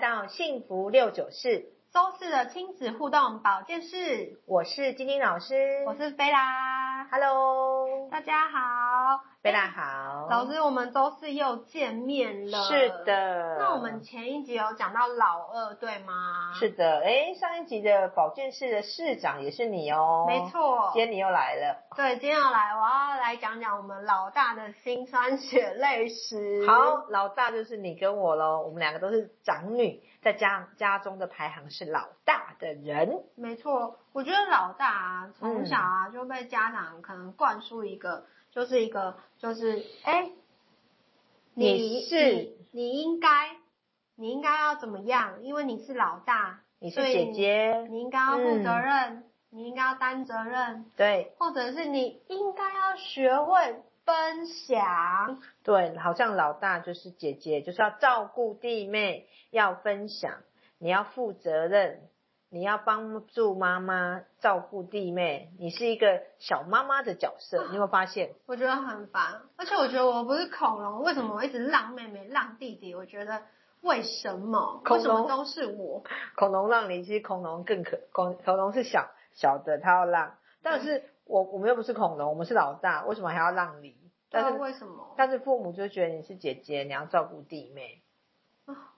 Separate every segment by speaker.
Speaker 1: 上幸福六九四，
Speaker 2: 周四的亲子互动保健室，
Speaker 1: 我是晶晶老师，
Speaker 2: 我是哎菲拉，
Speaker 1: Hello，
Speaker 2: 大家好，
Speaker 1: 贝拉好，
Speaker 2: 老师，我们周四又见面了，
Speaker 1: 是。的，
Speaker 2: 那我们啊前一集有讲到老二，对吗？
Speaker 1: 是，的，哎，上一集的保健室的市长也是你哦，
Speaker 2: 没，错。
Speaker 1: 今天你又来了，
Speaker 2: 对，今天要来，我要来讲讲我们老大的辛酸血泪史。
Speaker 1: 好，老大就是你跟我喽，我们两个都是长女，在家家中的排行是老大的人，
Speaker 2: 没错，我觉得老大啊，从
Speaker 1: 嗯
Speaker 2: 小啊就被家长可能灌输一个，就是一个，就是哎、
Speaker 1: 你是
Speaker 2: 你你应该，你应该要怎么样？因为你是老大，
Speaker 1: 你是
Speaker 2: 所以
Speaker 1: 姐嗯姐，
Speaker 2: 你应该要负责任，你应该要担责任，
Speaker 1: 对
Speaker 2: 或者是你应该要学会分享。
Speaker 1: 对，好像老大就是姐姐，就是要照顾弟妹，要分享，你要负责任。你要帮助妈妈照顾弟妹，你是一个小妈妈的角色，你有没有发现？
Speaker 2: 我觉得很烦，而且我觉得我不是恐龙，为什么我一直让妹妹、让弟弟？我觉得为什么？
Speaker 1: 恐
Speaker 2: 为
Speaker 1: 龙
Speaker 2: 什么都是我？
Speaker 1: 恐龙让你，其实恐龙更可恐恐龙是小小的，它要让，但是我我们又不是恐龙，我们是老大，为什么还要让梨？
Speaker 2: 对啊
Speaker 1: 但是
Speaker 2: 为什么？
Speaker 1: 但是父母就觉得你是姐姐，你要照顾弟妹，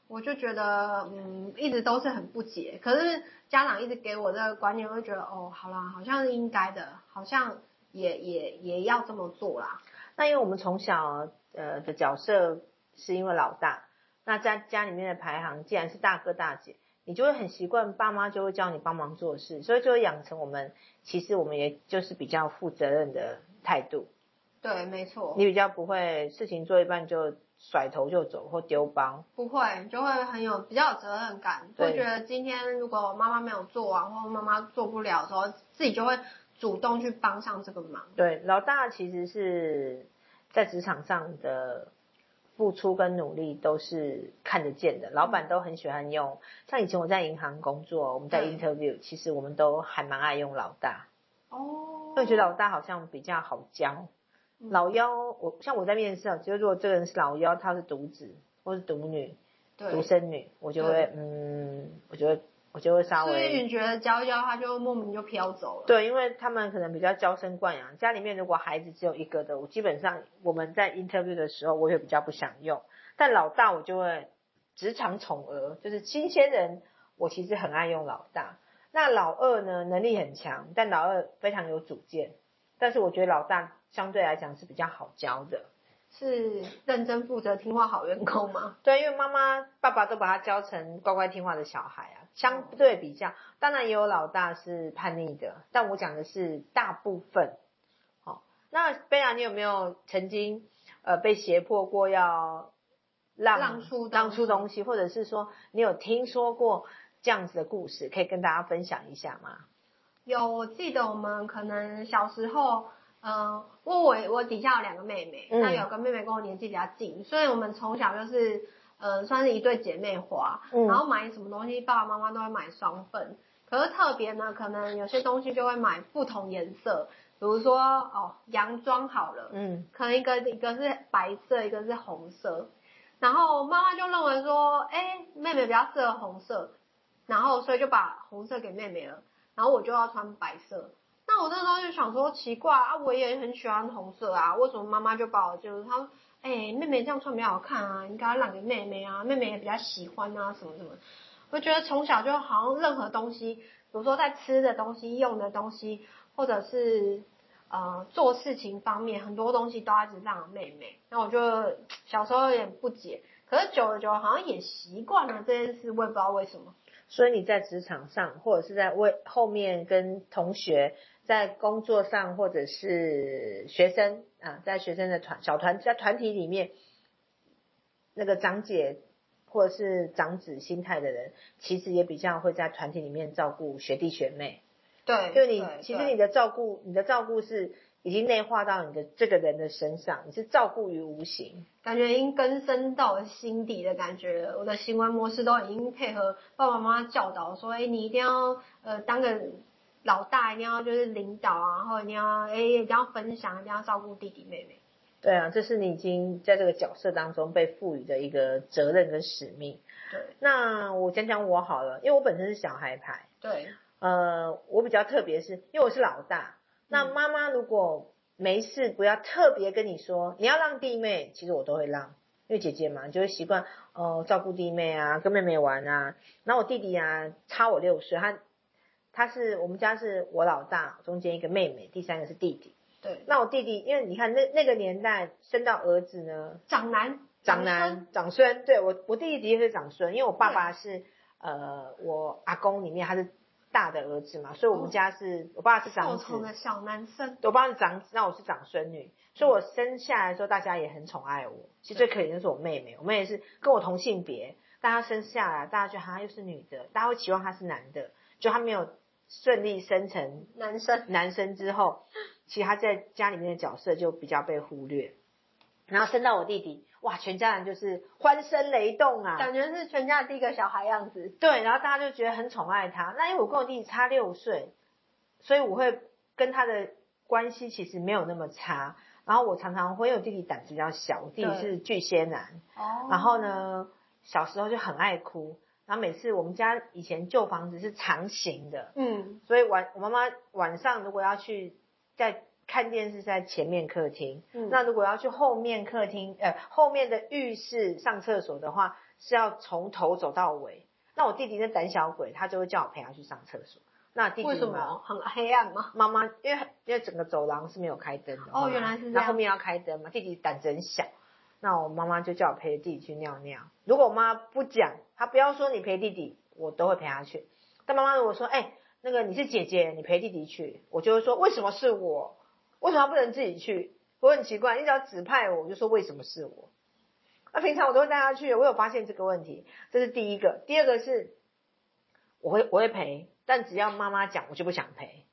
Speaker 2: 我就觉得，嗯，一直都是很不解。可是家长一直给我这个观念，我就觉得，哦，好啦，好像是应该的，好像也也也要这么做啦。
Speaker 1: 那因为我们从小呃的角色是因为老大，那在家里面的排行既然是大哥大姐，你就会很习惯爸妈就会叫你帮忙做事，所以就会养成我们其实我们也就是比较负责任的态度。
Speaker 2: 对，没错，
Speaker 1: 你比较不会事情做一半就甩头就走或丢包，
Speaker 2: 不会你就会很有比较有责任感，就
Speaker 1: 对
Speaker 2: 会觉得今天如果妈妈没有做完，或妈妈做不了的时候，自己就会主动去帮上这个忙。
Speaker 1: 对，老大其实是在职场上的付出跟努力都是看得见的，老
Speaker 2: 嗯
Speaker 1: 板都很喜欢用。像以前我在银行工作，我们在
Speaker 2: 对
Speaker 1: interview，其实我们都还蛮爱用老大，
Speaker 2: 哦，
Speaker 1: 会觉得老大好像比较好教。
Speaker 2: 嗯
Speaker 1: 老幺，我像我在面试啊，就是如果这个人是老幺，他是独子或是独女、独
Speaker 2: 对，所
Speaker 1: 生女，我就会嗯，我就会我就会稍微
Speaker 2: 以你觉得教一教，他就莫名就飘走了。
Speaker 1: 对，因为他们可能比较娇生惯养，家里面如果孩子只有一个的，我基本上我们在 interview 的时候，我也比较不想用。但老大我就会职场宠儿，就是新鲜人，我其实很爱用老大。那老二呢，能力很强，但老二非常有主见，但是我觉得老大相对来讲是比较好教的。
Speaker 2: 是认真负责、听话好员工吗？
Speaker 1: 对，因为妈妈、爸爸都把他教成乖乖听话的小孩啊。
Speaker 2: 哦
Speaker 1: 相对比较，当然也有老大是叛逆的，但我讲的是大部分。好、那贝拉，你有没有曾经呃被胁迫过要让
Speaker 2: 让出东西
Speaker 1: 让出东西，或者是说你有听说过这样子的故事，可以跟大家分享一下吗？
Speaker 2: 有，我记得我们可能小时候，嗯、因为我我底下有两个妹妹，
Speaker 1: 嗯
Speaker 2: 那有个妹妹跟我年纪比较近，所以我们从小就是，呃，算是一对姐妹花。
Speaker 1: 嗯
Speaker 2: 然后买什么东西，爸爸妈妈都会买双份。可是特别呢，可能有些东西就会买不同颜色，比如说哦，洋装好了，
Speaker 1: 嗯，
Speaker 2: 可能一个一个是白色，一个是红色。然后妈妈就认为说，哎、妹妹比较适合红色，然后所以就把红色给妹妹了，然后我就要穿白色。那我那时候就想说，奇怪啊，我也很喜欢红色啊，为什么妈妈就把我就是她说，哎、妹妹这样穿比较好看啊，应该让给妹妹啊，妹妹也比较喜欢啊，什么什么。我觉得从小就好像任何东西，比如说在吃的东西、用的东西，或者是呃做事情方面，很多东西都要一直让妹妹。那我就小时候有点不解，可是久了久了好像也习惯了这件事，我也不知道为什么。
Speaker 1: 所以你在职场上，或者是在为后面跟同学在工作上，或者是学生啊，在学生的团小团在团体里面，那个长姐或者是长子心态的人，其实也比较会在团体里面照顾学弟学妹。
Speaker 2: 对，
Speaker 1: 就你
Speaker 2: 对
Speaker 1: 其实
Speaker 2: 对
Speaker 1: 你的照顾，你的照顾是已经内化到你的这个人的身上，你是照顾于无形。
Speaker 2: 感觉已经根深到我心底的感觉了，我的行为模式都已经配合爸爸妈妈教导说，哎、你一定要呃当个老大，一定要就是领导啊，然后一定要哎、一定要分享，一定要照顾弟弟妹妹。
Speaker 1: 对啊，这是你已经在这个角色当中被赋予的一个责任跟使命。
Speaker 2: 对
Speaker 1: 那我讲讲我好了，因为我本身是小孩牌，
Speaker 2: 对
Speaker 1: 呃，我比较特别是，因为我是老大，那
Speaker 2: 嗯
Speaker 1: 妈妈如果没事，不要特别跟你说，你要让弟妹，其实我都会让，因为姐姐嘛，你就会习惯哦、呃照顾弟妹啊，跟妹妹玩啊。然后我弟弟啊，差我六岁，他他是我们家是我老大，中间一个妹妹，第三个是弟弟。
Speaker 2: 对，
Speaker 1: 那我弟弟，因为你看那那个年代生到儿子呢，
Speaker 2: 长男
Speaker 1: 长
Speaker 2: 孙，
Speaker 1: 男、长孙，对我我弟弟的确是长孙，因为我爸爸是呃我阿公里面他是大的儿子嘛，所以我们家是、我爸嗯是
Speaker 2: 受
Speaker 1: 长子，
Speaker 2: 宠的小男生，
Speaker 1: 我爸是长子，那我是长孙女，所以我生下来的时候大家也很宠爱我。其实最可怜的是我妹妹，我妹妹是跟我同性别，大家生下来大家觉得她又是女的，大家会期望她是男的，就她没有顺利生成
Speaker 2: 男生
Speaker 1: 男生之后，其实他在家里面的角色就比较被忽略。然后生到我弟弟，哇，全家人就是欢声雷动啊！
Speaker 2: 感觉是全家的第一个小孩样子，
Speaker 1: 对，然后大家就觉得很宠爱他。那因为我跟我弟弟差六岁，所以我会跟他的关系其实没有那么差。然后我常常会，因为我弟弟胆子比较小，我弟弟
Speaker 2: 对
Speaker 1: 是巨蟹男，
Speaker 2: 哦
Speaker 1: 然后？呢，小时候就很爱哭。然后每次我们家以前旧房子是长形的，
Speaker 2: 嗯，
Speaker 1: 所以晚我妈妈晚上如果要去在看电视，是在前面客厅。
Speaker 2: 嗯
Speaker 1: 那如果要去后面客厅，呃，后面的浴室上厕所的话，是要从头走到尾。那我弟弟那胆小鬼，他就会叫我陪他去上厕所。那弟弟
Speaker 2: 为什
Speaker 1: 嘛
Speaker 2: 么很黑暗吗？
Speaker 1: 妈妈，因为因为整个走廊是没有开灯的
Speaker 2: 哦
Speaker 1: 后来
Speaker 2: 原来是这样
Speaker 1: 然后后面要开灯嘛，弟弟胆子很小，那我妈妈就叫我陪弟弟去尿尿。如果我妈不讲，她不要说你陪弟弟，我都会陪她去。但妈妈如果说，哎、那个你是姐姐，你陪弟弟去，我就会说为什么是我？为什么不能自己去？我很奇怪，你只要指派我，我就说为什么是我？那平常我都会带他去，我有发现这个问题，这是第一个。第二个是，我会我会陪，但只要妈妈讲，我就不想陪。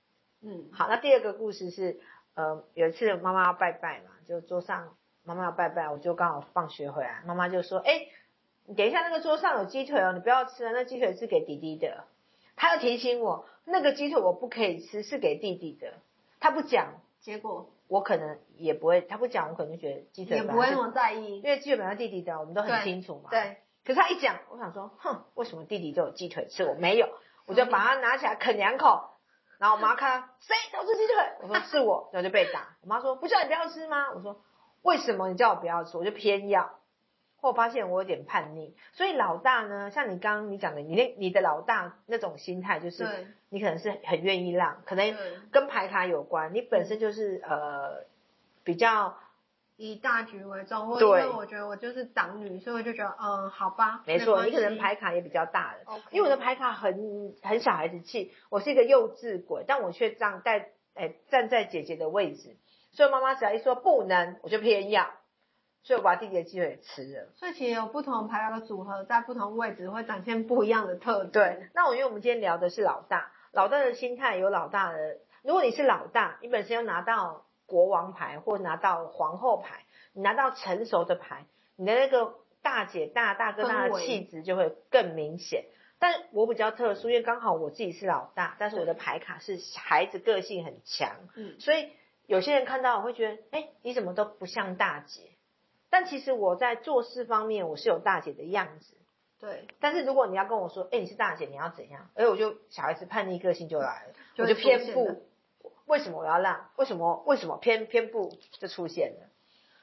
Speaker 2: 嗯，
Speaker 1: 好，那第二个故事是，呃，有一次妈妈要拜拜嘛，就桌上妈妈要拜拜，我就刚好放学回来，妈妈就说，哎、你等一下那个桌上有鸡腿哦，你不要吃了，那鸡腿是给弟弟的。她要提醒我，那个鸡腿我不可以吃，是给弟弟的。她不讲，
Speaker 2: 结果
Speaker 1: 我可能也不会；她不讲，我可能就觉得鸡腿
Speaker 2: 也
Speaker 1: 本来
Speaker 2: 不会
Speaker 1: 是
Speaker 2: 那么在意，
Speaker 1: 因为鸡腿本来是弟弟的，我们都很
Speaker 2: 对
Speaker 1: 清楚嘛。。
Speaker 2: 对，
Speaker 1: 可是他一讲，我想说，哼，为什么弟弟都有鸡腿吃，我没有？我就把它拿起来啃两口，然后我妈看到谁都吃鸡腿，我说是我，然后就被打。我妈说不叫你不要吃吗？我说为什么你叫我不要吃，我就偏要。后来我发现我有点叛逆，所以老大呢，像你刚刚你讲的，你那你的老大那种心态，就是
Speaker 2: 对
Speaker 1: 你可能是很愿意让，可能
Speaker 2: 对
Speaker 1: 跟牌卡有关，你本身就是呃比较
Speaker 2: 以大局为重，我因
Speaker 1: 对
Speaker 2: 为我觉得我就是长女，所以我就觉得嗯，好吧，
Speaker 1: 没错，你可能
Speaker 2: 排
Speaker 1: 牌卡也比较大的
Speaker 2: OK
Speaker 1: 因为我的牌卡很很小孩子气，我是一个幼稚鬼，但我却站在哎站在姐姐的位置，所以妈妈只要一说不能，我就偏要，所以我把弟弟的鸡腿吃了。
Speaker 2: 所以其实有不同排列的组合，在不同位置会展现不一样的特质。
Speaker 1: 对，那我因为我们今天聊的是老大，老大的心态有老大的，如果你是老大，你本身又拿到国王牌或拿到皇后牌，你拿到成熟的牌，你的那个大姐大大哥大
Speaker 2: 氛
Speaker 1: 的
Speaker 2: 围
Speaker 1: 气质就会更明显。但我比较特殊，因为刚好我自己是老大，但是我的牌卡是孩子个性很强，
Speaker 2: 嗯，
Speaker 1: 所以有些人看到我会觉得，哎、你怎么都不像大姐？但其实我在做事方面，我是有大姐的样子。
Speaker 2: 对，
Speaker 1: 但是如果你要跟我说，哎、你是大姐，你要怎样？哎，我就小孩子叛逆个性就来了，
Speaker 2: 就
Speaker 1: 我
Speaker 2: 会
Speaker 1: 就
Speaker 2: 出
Speaker 1: 偏
Speaker 2: 现了
Speaker 1: 不。为什么我要让？为什么为什么偏偏不就出现了？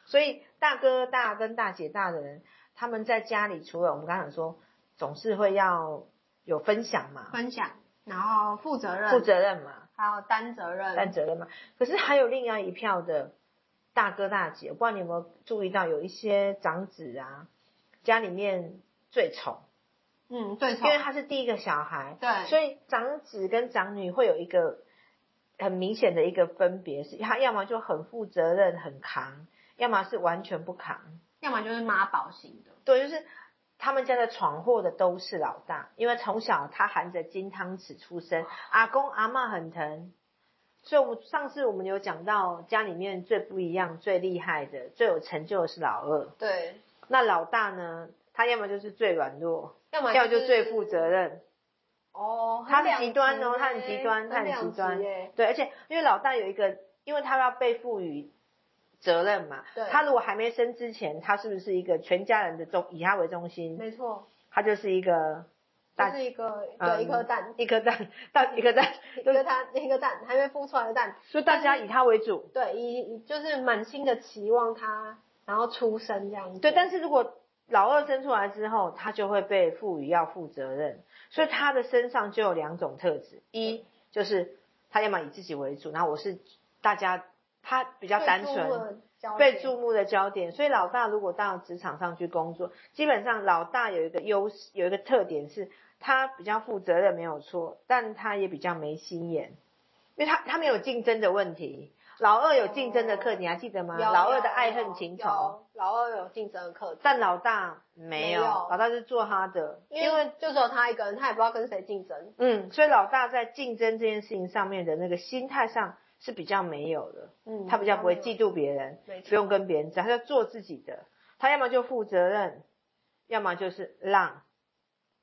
Speaker 1: 所以大哥大跟大姐大的人，他们在家里除了我们刚才讲说，总是会要有分享嘛，
Speaker 2: 分享，然后负责任，
Speaker 1: 负责任嘛，
Speaker 2: 还有担责任，
Speaker 1: 担责任嘛。可是还有另外一票的大哥大姐，我不知道你有没有注意到，有一些长子啊，家里面最宠，
Speaker 2: 嗯，对
Speaker 1: 因为他是第一个小孩，
Speaker 2: 对
Speaker 1: 所以长子跟长女会有一个很明显的一个分别，是他要么就很负责任、很扛，要么是完全不扛。
Speaker 2: 要么就是妈宝型的，
Speaker 1: 对，就是他们家的闯祸的都是老大，因为从小他含着金汤匙出生，阿公阿嬷很疼。所以，我们上次我们有讲到家里面最不一样、最厉害的、最有成就的是老二。
Speaker 2: 对，
Speaker 1: 那老大呢？他要么就是最软弱，
Speaker 2: 要么
Speaker 1: 要么就最负责任。
Speaker 2: 哦，
Speaker 1: 他很极端哦，他很
Speaker 2: 两极
Speaker 1: 极端，他很
Speaker 2: 两
Speaker 1: 极
Speaker 2: 极
Speaker 1: 端
Speaker 2: 耶。
Speaker 1: 对，而且因为老大有一个，因为他要被赋予责任嘛
Speaker 2: 对，
Speaker 1: 他如果还没生之前，他是不是一个全家人的中以他为中心？
Speaker 2: 没错，
Speaker 1: 它就是一个
Speaker 2: 就
Speaker 1: 蛋
Speaker 2: 是一个
Speaker 1: 嗯
Speaker 2: 对一颗蛋，
Speaker 1: 一颗蛋 蛋一颗蛋，
Speaker 2: 一
Speaker 1: 就
Speaker 2: 个蛋一个蛋还没孵出来的蛋，
Speaker 1: 所以大家以它为主。
Speaker 2: 对，以以就是满心的期望它，然后出生这样子。
Speaker 1: 对，但是如果老二生出来之后，他就会被赋予要负责任，所以他的身上就有两种特质：一就是他要么以自己为主，然后我是大家他比较单纯，
Speaker 2: 纯
Speaker 1: 被注目的焦点。所以老大如果到职场上去工作，基本上老大有一个优势，有一个特点是，他比较负责任没有错，但他也比较没心眼，因为他他没有竞争的问题。老二有竞争的课，你还记得吗？老二的爱恨情仇。，
Speaker 2: 有老二有竞争的课题，
Speaker 1: 但老大没有，
Speaker 2: 没有
Speaker 1: 老大是做他的，
Speaker 2: 因为就只有他一个人，他也不知道跟谁竞争。
Speaker 1: 嗯，所以老大在竞争这件事情上面的那个心态上是比较没有的，
Speaker 2: 嗯，
Speaker 1: 他比较不会
Speaker 2: 记，
Speaker 1: 嫉妒别人，
Speaker 2: 没错
Speaker 1: 不用跟别人争，他就做自己的，他要么就负责任，要么就是让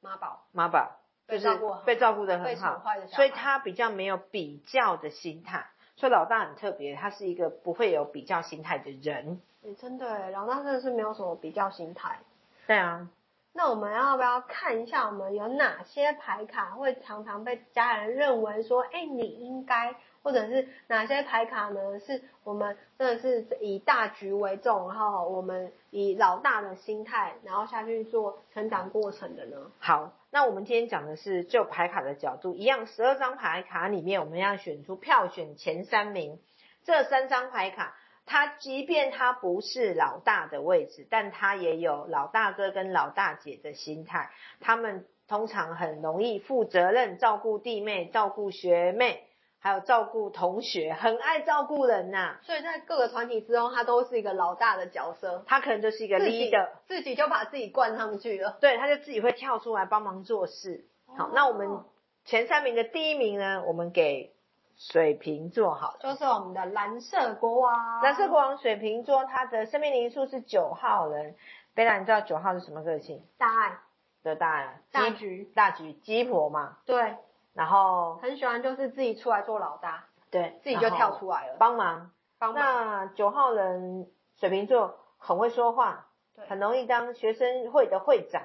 Speaker 2: 妈宝，
Speaker 1: 妈宝，就是
Speaker 2: 被照顾好
Speaker 1: 被照顾的很
Speaker 2: 被宠
Speaker 1: 好，
Speaker 2: 坏的小孩，
Speaker 1: 所以他比较没有比较的心态，所以老大很特别，他是一个不会有比较心态的人。
Speaker 2: 欸真的欸老大真的是没有什么比较心态。
Speaker 1: 对啊，
Speaker 2: 那我们要不要看一下我们有哪些牌卡会常常被家人认为说，哎、你应该，或者是哪些牌卡呢？是我们真的是以大局为重，然后我们以老大的心态，然后下去做成长过程的呢？
Speaker 1: 好，那我们今天讲的是就牌卡的角度，一样十二张牌卡里面，我们要选出票选前三名。这三张牌卡，它即便它不是老大的位置，但它也有老大哥跟老大姐的心态。他们通常很容易负责任，照顾弟妹，照顾学妹，还有照顾同学，很爱照顾人呐、
Speaker 2: 所以在各个团体之中，他都是一个老大的角色，
Speaker 1: 他可能就是一个
Speaker 2: 自己
Speaker 1: leader，
Speaker 2: 自己就把自己灌上去了。
Speaker 1: 对，他就自己会跳出来帮忙做事。好，那我们
Speaker 2: 哦
Speaker 1: 前三名的第一名呢，我们给水瓶座好了。
Speaker 2: 就是我们的蓝色国王，
Speaker 1: 蓝色国王水瓶座，他的生命灵数是九号人。贝拉，你知道九号是什么个性？
Speaker 2: 大爱
Speaker 1: 的大
Speaker 2: 大
Speaker 1: 鸡
Speaker 2: 局，
Speaker 1: 大局鸡婆嘛。
Speaker 2: 对，
Speaker 1: 然后
Speaker 2: 很喜欢就是自己出来做老大。
Speaker 1: 对，
Speaker 2: 自己就跳出来
Speaker 1: 然后
Speaker 2: 了，
Speaker 1: 帮忙。
Speaker 2: 帮忙。
Speaker 1: 那九号人水瓶座很会说话，
Speaker 2: 对
Speaker 1: 很容易当学生会的会长，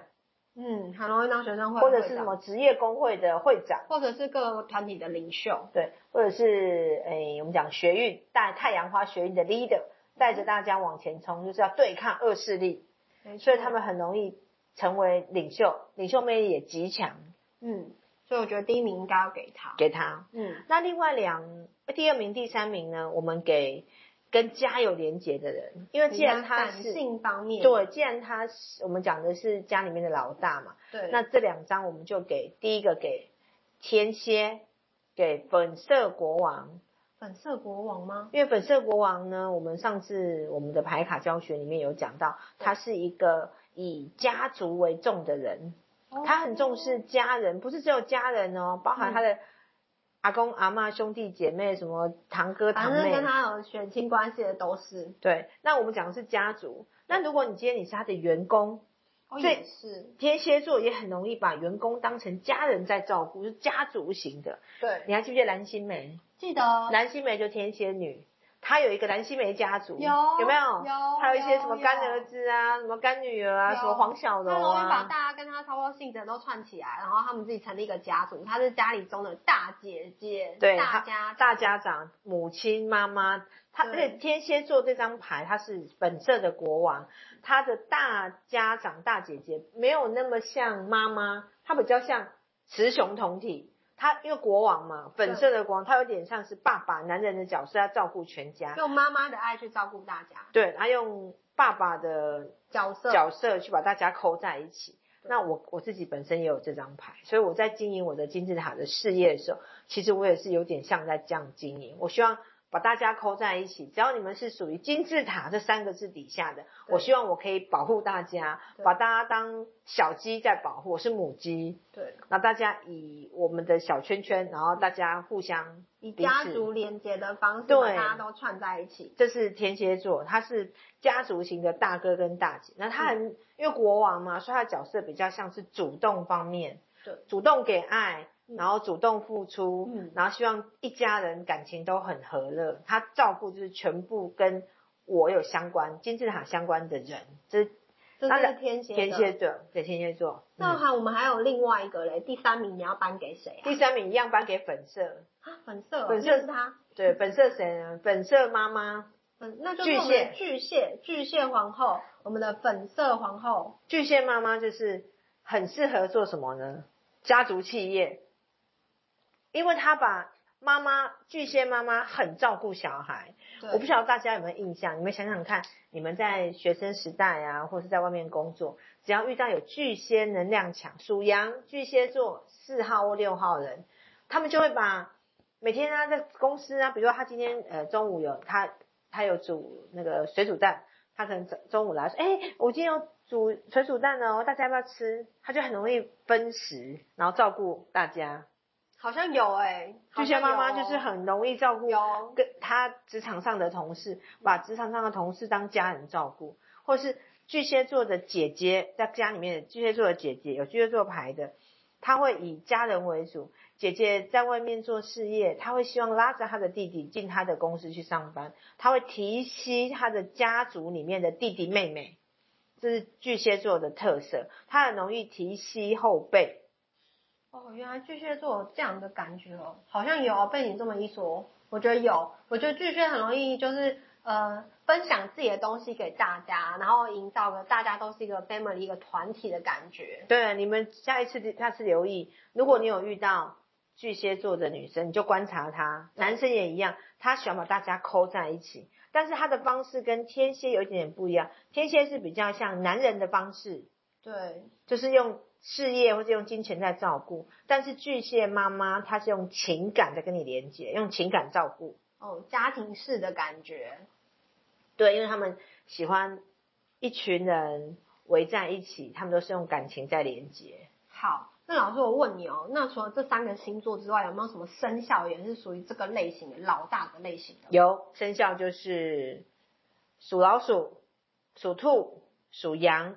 Speaker 2: 嗯，很容易当学生会
Speaker 1: 或者是
Speaker 2: 会
Speaker 1: 什
Speaker 2: 长，
Speaker 1: 么职业工会的会长。
Speaker 2: 或者是各个团体的领袖。
Speaker 1: 对，或者是诶、我们讲学运带太阳花学运的 leader，带着大家往前冲，就是要对抗恶势力，所以他们很容易成为领袖，领袖魅力也极强，
Speaker 2: 嗯，所以我觉得第一名应该要给他。
Speaker 1: 给他。
Speaker 2: 嗯，
Speaker 1: 那另外两第二名、第三名呢，我们给跟家有连结的人，因为既然他
Speaker 2: 感
Speaker 1: 是。
Speaker 2: 性方面，
Speaker 1: 对，既然他是我们讲的是家里面的老大嘛，
Speaker 2: 对，
Speaker 1: 那这两张我们就给第一个给天蝎，给本色国王，
Speaker 2: 粉色国王吗？
Speaker 1: 因为粉色国王呢，我们上次我们的牌卡教学里面有讲到，他是一个以家族为重的人，
Speaker 2: 哦
Speaker 1: 他很重视家人，不是只有家人哦，包含他的阿公、阿妈、兄弟姐妹、什么堂哥、
Speaker 2: 反
Speaker 1: 堂
Speaker 2: 正跟
Speaker 1: 妹。
Speaker 2: 他有血亲关系的都是，
Speaker 1: 对，那我们讲的是家族。那如果你今天你是他的员工，
Speaker 2: 哦
Speaker 1: 所以
Speaker 2: 也是，
Speaker 1: 天蝎座也很容易把员工当成家人在照顾，是家族型的。
Speaker 2: 对，
Speaker 1: 你还记不记得蓝心湄？
Speaker 2: 记得
Speaker 1: 蓝心湄就天蝎女，她有一个蓝心湄家族，
Speaker 2: 有
Speaker 1: 有没有？
Speaker 2: 有，
Speaker 1: 还有一些什么干儿
Speaker 2: 子。
Speaker 1: 子啊，什么干女儿啊，
Speaker 2: 有
Speaker 1: 什么黄小柔
Speaker 2: 他容易把
Speaker 1: 啊，
Speaker 2: 大家跟他差不多性质都串起来，然后他们自己成立一个家族，他是家里中的大姐姐，
Speaker 1: 对
Speaker 2: 大
Speaker 1: 他
Speaker 2: 家
Speaker 1: 大家长、母亲、妈妈，他
Speaker 2: 对
Speaker 1: 而且天蝎座这张牌，他是本色的国王，他的大家长、大姐姐没有那么像妈妈，他比较像雌雄同体。他因为国王嘛，本色的国王，他有点像是爸爸男人的角色，要照顾全家。
Speaker 2: 用妈妈的爱去照顾大家，
Speaker 1: 对，他用爸爸的
Speaker 2: 角色
Speaker 1: 角色去把大家扣在一起。
Speaker 2: 对
Speaker 1: 那我我自己本身也有这张牌，所以我在经营我的金字塔的事业的时候，其实我也是有点像在这样经营。我希望把大家扣在一起，只要你们是属于金字塔这三个字底下的，
Speaker 2: 对
Speaker 1: 我希望我可以保护大家，
Speaker 2: 对
Speaker 1: 把大家当小鸡在保护，我是母鸡。
Speaker 2: 对，
Speaker 1: 那大家以我们的小圈圈，然后大家互相
Speaker 2: 以
Speaker 1: 彼此
Speaker 2: 家族连结的方式
Speaker 1: 对
Speaker 2: 把大家都串在一起。
Speaker 1: 这是天蝎座，他是家族型的大哥跟大姐。那他
Speaker 2: 嗯
Speaker 1: 很、因为国王嘛，所以他的角色比较像是主动方面，
Speaker 2: 对，
Speaker 1: 主动给爱，
Speaker 2: 嗯
Speaker 1: 然后主动付出，
Speaker 2: 嗯
Speaker 1: 然后希望一家人感情都很和乐。他照顾就是全部跟我有相关金字塔相关的人，这是
Speaker 2: 就
Speaker 1: 当
Speaker 2: 是
Speaker 1: 然
Speaker 2: 天蝎
Speaker 1: 天
Speaker 2: 的
Speaker 1: 蝎座，对天蝎座。
Speaker 2: 那
Speaker 1: 嗯、
Speaker 2: 还我们还有另外一个嘞，第三名你要颁给谁啊？
Speaker 1: 第三名一样颁给粉色，
Speaker 2: 啊，粉色哦，
Speaker 1: 粉色
Speaker 2: 又是他，
Speaker 1: 对， 粉色谁呢？粉色妈妈，
Speaker 2: 嗯，那就是我们的巨蟹，巨蟹皇后，我们的粉色皇后，
Speaker 1: 巨蟹妈妈就是很适合做什么呢？家族企业，因为她把妈妈巨蟹妈妈很照顾小孩，
Speaker 2: 对，
Speaker 1: 我不晓得大家有没有印象，你们想想看，你们在学生时代啊，或是在外面工作，只要遇到有巨蟹能量强，属羊、巨蟹座四号或六号人，他们就会把每天啊在公司啊，比如说他今天呃中午有他他有煮那个水煮蛋，他可能中中午来说，哎、我今天有煮水煮蛋哦，大家要不要吃？他就很容易分食，然后照顾大家。
Speaker 2: 好像有哎，
Speaker 1: 巨蟹妈妈就是很容易照顾
Speaker 2: 有，
Speaker 1: 跟他职场上的同事，把职场上的同事当家人照顾，或是巨蟹座的姐姐，在家里面的巨蟹座的姐姐有巨蟹座牌的，她会以家人为主。姐姐在外面做事业，她会希望拉着她的弟弟进她的公司去上班，她会提携她的家族里面的弟弟妹妹，这是巨蟹座的特色。她很容易提携后辈，
Speaker 2: 哦，原来巨蟹座有这样的感觉哦，好像有，被你这么一说，我觉得有，我觉得巨蟹很容易就是呃分享自己的东西给大家，然后营造个大家都是一个 family 一个团体的感觉。
Speaker 1: 对，你们下一次下次留意，如果你有遇到巨蟹座的女生，你就观察她，男生也一样，他喜欢把大家抠在一起，但是他的方式跟天蝎有一点点不一样，天蝎是比较像男人的方式，
Speaker 2: 对，
Speaker 1: 就是用事业或者用金钱在照顾，但是巨蟹妈妈她是用情感在跟你连接，用情感照顾，
Speaker 2: 哦，家庭式的感觉。
Speaker 1: 对，因为他们喜欢一群人围在一起，他们都是用感情在连接。
Speaker 2: 好，那老师我问你哦，那除了这三个星座之外，有没有什么生肖也是属于这个类型的老大的类型的？
Speaker 1: 有生肖就是属老鼠、属兔、属羊，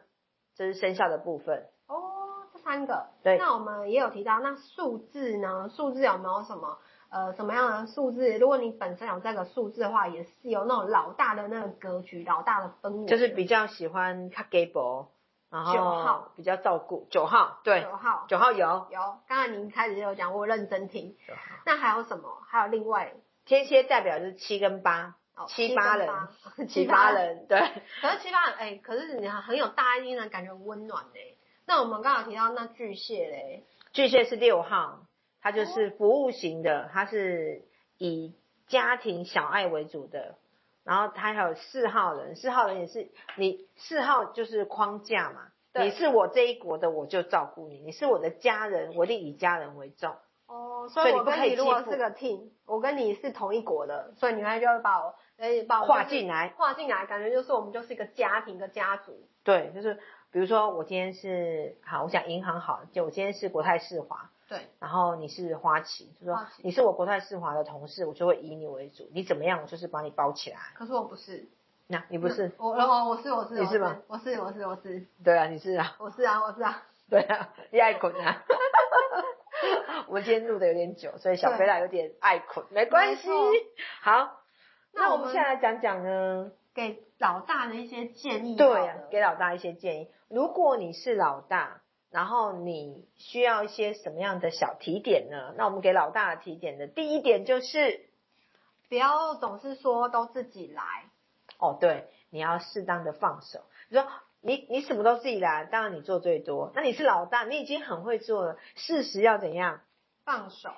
Speaker 1: 这是生肖的部分。
Speaker 2: 哦，这三个。
Speaker 1: 对
Speaker 2: 那我们也有提到，那数字呢？数字有没有什么呃什么样的数字？如果你本身有这个数字的话，也是有那种老大的那个格局，老大的氛围，
Speaker 1: 就是比较喜欢看 g a b l 然
Speaker 2: 九
Speaker 1: 后
Speaker 2: 号
Speaker 1: 比较照顾九号，对，
Speaker 2: 九号。
Speaker 1: 九号有
Speaker 2: 有，刚才您开始就有讲，我认真听。那还有什么？还有另外
Speaker 1: 天蝎代表就是七跟八，
Speaker 2: 哦，
Speaker 1: 七八
Speaker 2: 跟
Speaker 1: 人
Speaker 2: 八
Speaker 1: 七八。人对，
Speaker 2: 可是七八人，哎、可是你很有大义呢，感觉温暖嘞、那我们刚好提到那巨蟹嘞，
Speaker 1: 巨蟹是六号，它
Speaker 2: 哦
Speaker 1: 就是服务型的，它是以家庭小爱为主的。然后它还有四号人，四号人也是你四号就是框架嘛，
Speaker 2: 对
Speaker 1: 你是我这一国的，我就照顾你；你是我的家人，我一定以家人为重。
Speaker 2: 哦，
Speaker 1: 所
Speaker 2: 所
Speaker 1: 以
Speaker 2: 以
Speaker 1: 你
Speaker 2: 我
Speaker 1: 不
Speaker 2: 跟
Speaker 1: 可以
Speaker 2: 你如果
Speaker 1: 欺负
Speaker 2: 是个 team，我跟你是同一国的，所以你会就会把我，哎，把我
Speaker 1: 划
Speaker 2: 就是
Speaker 1: 进来
Speaker 2: 划进来，感觉就是我们就是一个家庭，一个家族。
Speaker 1: 对，就是比如说我今天是好，我想银行好，就我今天是国泰世华，
Speaker 2: 对，
Speaker 1: 然后你是花旗，就说
Speaker 2: 花旗
Speaker 1: 你是我国泰世华的同事，我就会以你为主，你怎么样，我就是把你包起来。
Speaker 2: 可是我不是，
Speaker 1: 那你不是？
Speaker 2: 我，我我是哦我是，
Speaker 1: 你是吗
Speaker 2: 我是？我是我是我是
Speaker 1: 对啊，你是啊。
Speaker 2: 我是啊我是啊，
Speaker 1: 对啊，你爱捆啊。 我们今天录的有点久，所以小
Speaker 2: 对
Speaker 1: 飞啦有点爱捆，没关系
Speaker 2: 没错。
Speaker 1: 好，
Speaker 2: 那
Speaker 1: 那我
Speaker 2: 我
Speaker 1: 们
Speaker 2: 们
Speaker 1: 现在来讲讲呢，
Speaker 2: 给老大的一些建议。
Speaker 1: 对啊，给老大一些建议。如果你是老大，然后你需要一些什么样的小提点呢？那我们给老大的提点的第一点就是，
Speaker 2: 不要总是说都自己来，
Speaker 1: 哦，对，你要适当的放手。你说你你什么都自己来，当然你做最多。那你是老大，你已经很会做了，事实要怎样？
Speaker 2: 放手。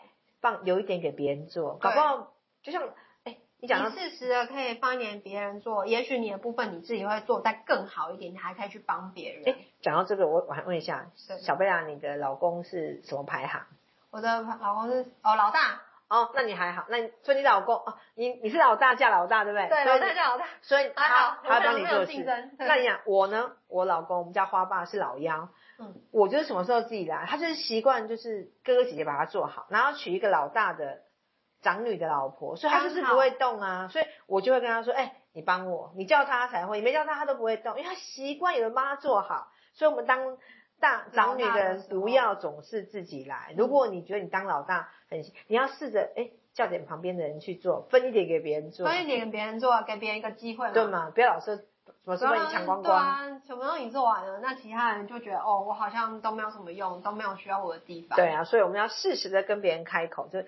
Speaker 1: 放有一点给别人做，
Speaker 2: 对
Speaker 1: 搞不好就像哎、你
Speaker 2: 你
Speaker 1: 讲到
Speaker 2: 适时的可以帮一点别人做，也许你的部分你自己会做再更好一点，你还可以去帮别人。
Speaker 1: 哎讲到这个，我我还问一下
Speaker 2: 对，
Speaker 1: 小贝啊，你的老公是什么排行？
Speaker 2: 我的老公是哦老大，
Speaker 1: 哦，那你还好，那你所以你老公哦，你你是老大嫁老大对不对？
Speaker 2: 对
Speaker 1: 所
Speaker 2: 老
Speaker 1: 以
Speaker 2: 大叫老大，
Speaker 1: 所以
Speaker 2: 还好
Speaker 1: 他他
Speaker 2: 我们
Speaker 1: 帮你
Speaker 2: 没有
Speaker 1: 做
Speaker 2: 竞
Speaker 1: 事。
Speaker 2: 争。
Speaker 1: 那你讲我呢？我老公我们叫花爸是老幺，
Speaker 2: 嗯，
Speaker 1: 我就是什么时候自己来，他就是习惯就是哥哥姐姐把他做好，然后娶一个老大的长女的老婆，所以他就是
Speaker 2: 刚好
Speaker 1: 不会动啊，所以我就会跟他说，哎、你帮我，你叫他才会，你没叫他他都不会动，因为他习惯有人帮他做好，所以我们当大长女的人
Speaker 2: 老大的时候
Speaker 1: 不要总是自己来，如果你觉得你当老大很，你要试着哎、叫点旁边的人去做，分一点给别人做
Speaker 2: 分，一点给别人做，给别人一个机会嘛。
Speaker 1: 对吗？不要老是什么事被你抢光
Speaker 2: 对
Speaker 1: 光。
Speaker 2: 啊，什么东西做完了，那其他人就觉得哦，我好像都没有什么用，都没有需要我的地方。
Speaker 1: 对啊，所以我们要适时的跟别人开口，就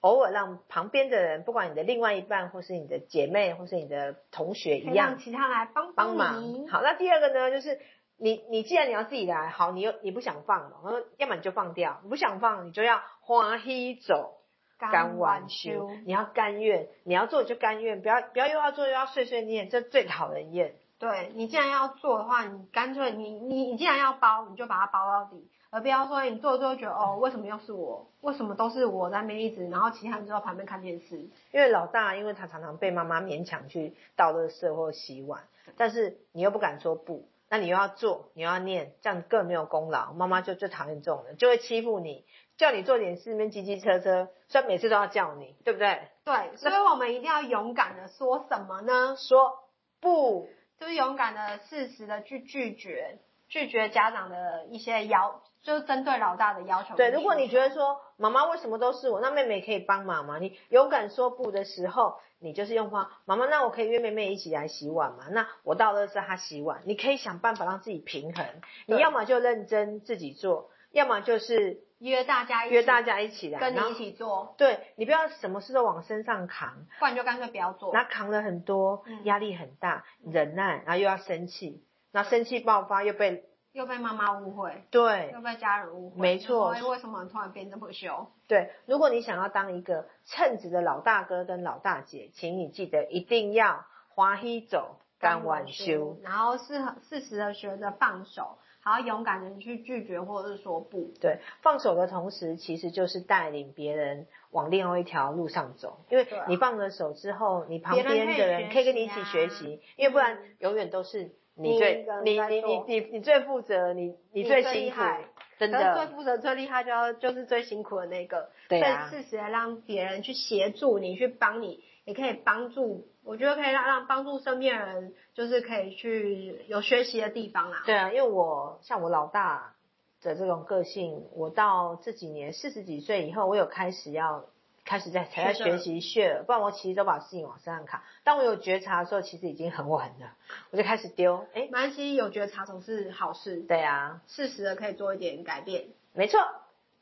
Speaker 1: 偶尔让旁边的人，不管你的另外一半，或是你的姐妹，或是你的同学一
Speaker 2: 可以让
Speaker 1: 样
Speaker 2: 其他人来帮
Speaker 1: 帮忙。
Speaker 2: 你。
Speaker 1: 好，那第二个呢，就是你你既然你要自己来，好，你又你不想放了，然后要么你就放掉，你不想放，你就要花黑走。甘
Speaker 2: 完
Speaker 1: 愿修，你要甘愿，你要做就甘愿，不要不要又要做又要碎碎念，这最讨人厌。
Speaker 2: 对你既然要做的话，你干脆你你你既然要包，你就把它包到底，而不要说你做了之后觉得哦，为什么又是我？为什么都是我在那边一直，然后其他人就在旁边看电视？
Speaker 1: 因为老大，因为他常常被妈妈勉强去倒垃圾或洗碗，但是你又不敢说不，那你又要做，你又要念，这样更没有功劳。妈妈就最讨厌这种人，就会欺负你，叫你做点事，那边叽叽车车，虽然每次都要叫你，对不对？
Speaker 2: 对，所以我们一定要勇敢的说什么呢？
Speaker 1: 说不，
Speaker 2: 就是勇敢的、适时的去拒绝，拒绝家长的一些要，就是针对老大的要求。
Speaker 1: 对。如果你觉得说妈妈为什么都是我，那妹妹可以帮忙吗？你勇敢说不的时候，你就是用话，妈妈，那我可以约妹妹一起来洗碗吗？那我倒垃圾，她洗碗，你可以想办法让自己平衡。你
Speaker 2: 对
Speaker 1: 要么就认真自己做，要么就是
Speaker 2: 约大家一起
Speaker 1: 约大家一起来，
Speaker 2: 跟
Speaker 1: 然
Speaker 2: 你一
Speaker 1: 后
Speaker 2: 起做，
Speaker 1: 对你不要什么事都往身上扛，
Speaker 2: 不然就干脆不要做。
Speaker 1: 那扛了很多
Speaker 2: 嗯，
Speaker 1: 压力很大，忍耐，然后又要生气，然后生气爆发又被
Speaker 2: 又被妈妈误会，
Speaker 1: 对
Speaker 2: 又被家人误会。
Speaker 1: 没错
Speaker 2: 就说哎为什么突然变这么凶？
Speaker 1: 对，如果你想要当一个称职的老大哥跟老大姐，请你记得一定要花黑走，干晚修。，
Speaker 2: 然后适合适时的学着放手，然后勇敢的去拒绝或者是说不。
Speaker 1: 对，放手的同时，其实就是带领别人往另外一条路上走。因为
Speaker 2: 对啊
Speaker 1: 你放了手之后，你旁
Speaker 2: 别
Speaker 1: 边
Speaker 2: 人可以
Speaker 1: 的人
Speaker 2: 学
Speaker 1: 可以跟
Speaker 2: 习
Speaker 1: 你一起
Speaker 2: 啊
Speaker 1: 学习，因为不然永远都是你
Speaker 2: 你
Speaker 1: 最
Speaker 2: 一个人
Speaker 1: 你
Speaker 2: 在
Speaker 1: 你你
Speaker 2: 做
Speaker 1: 你你最负责，你你
Speaker 2: 你
Speaker 1: 最
Speaker 2: 最厉
Speaker 1: 辛苦
Speaker 2: 害，
Speaker 1: 真
Speaker 2: 可是最
Speaker 1: 的
Speaker 2: 负责、最厉害就要就是最辛苦的那个，
Speaker 1: 对
Speaker 2: 所以
Speaker 1: 啊
Speaker 2: 适时的让别人去协助你，去帮你，也可以帮助，我觉得可以让让帮助身边的人，就是可以去有学习的地方啦。
Speaker 1: 对啊，因为我像我老大的这种个性，我到这几年四十几岁以后，我有开始要开始在才在
Speaker 2: 学的
Speaker 1: 学习 share，不然我其实都把事情往身上扛。当我有觉察的时候，其实已经很晚了，我就开始丢。哎，
Speaker 2: 蛮西有觉察总是好事，
Speaker 1: 对啊，
Speaker 2: 适时的可以做一点改变。
Speaker 1: 没错。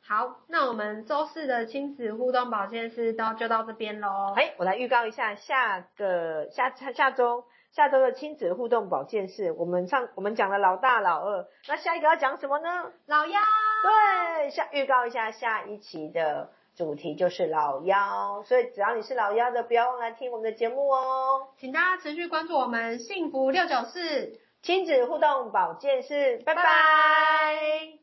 Speaker 2: 好，那我们周四的亲子互动保健室到就到这边喽。
Speaker 1: 哎，我来预告一下，下个下下下周下周的亲子互动保健室，我们上我们讲了老大老二，那下一个要讲什么呢？
Speaker 2: 老幺，
Speaker 1: 对，下预告一下下一期的主题就是老幺，所以只要你是老幺的，不要忘来听我们的节目哦。
Speaker 2: 请大家持续关注我们幸福六九四，
Speaker 1: 亲子互动保健室，拜拜
Speaker 2: 拜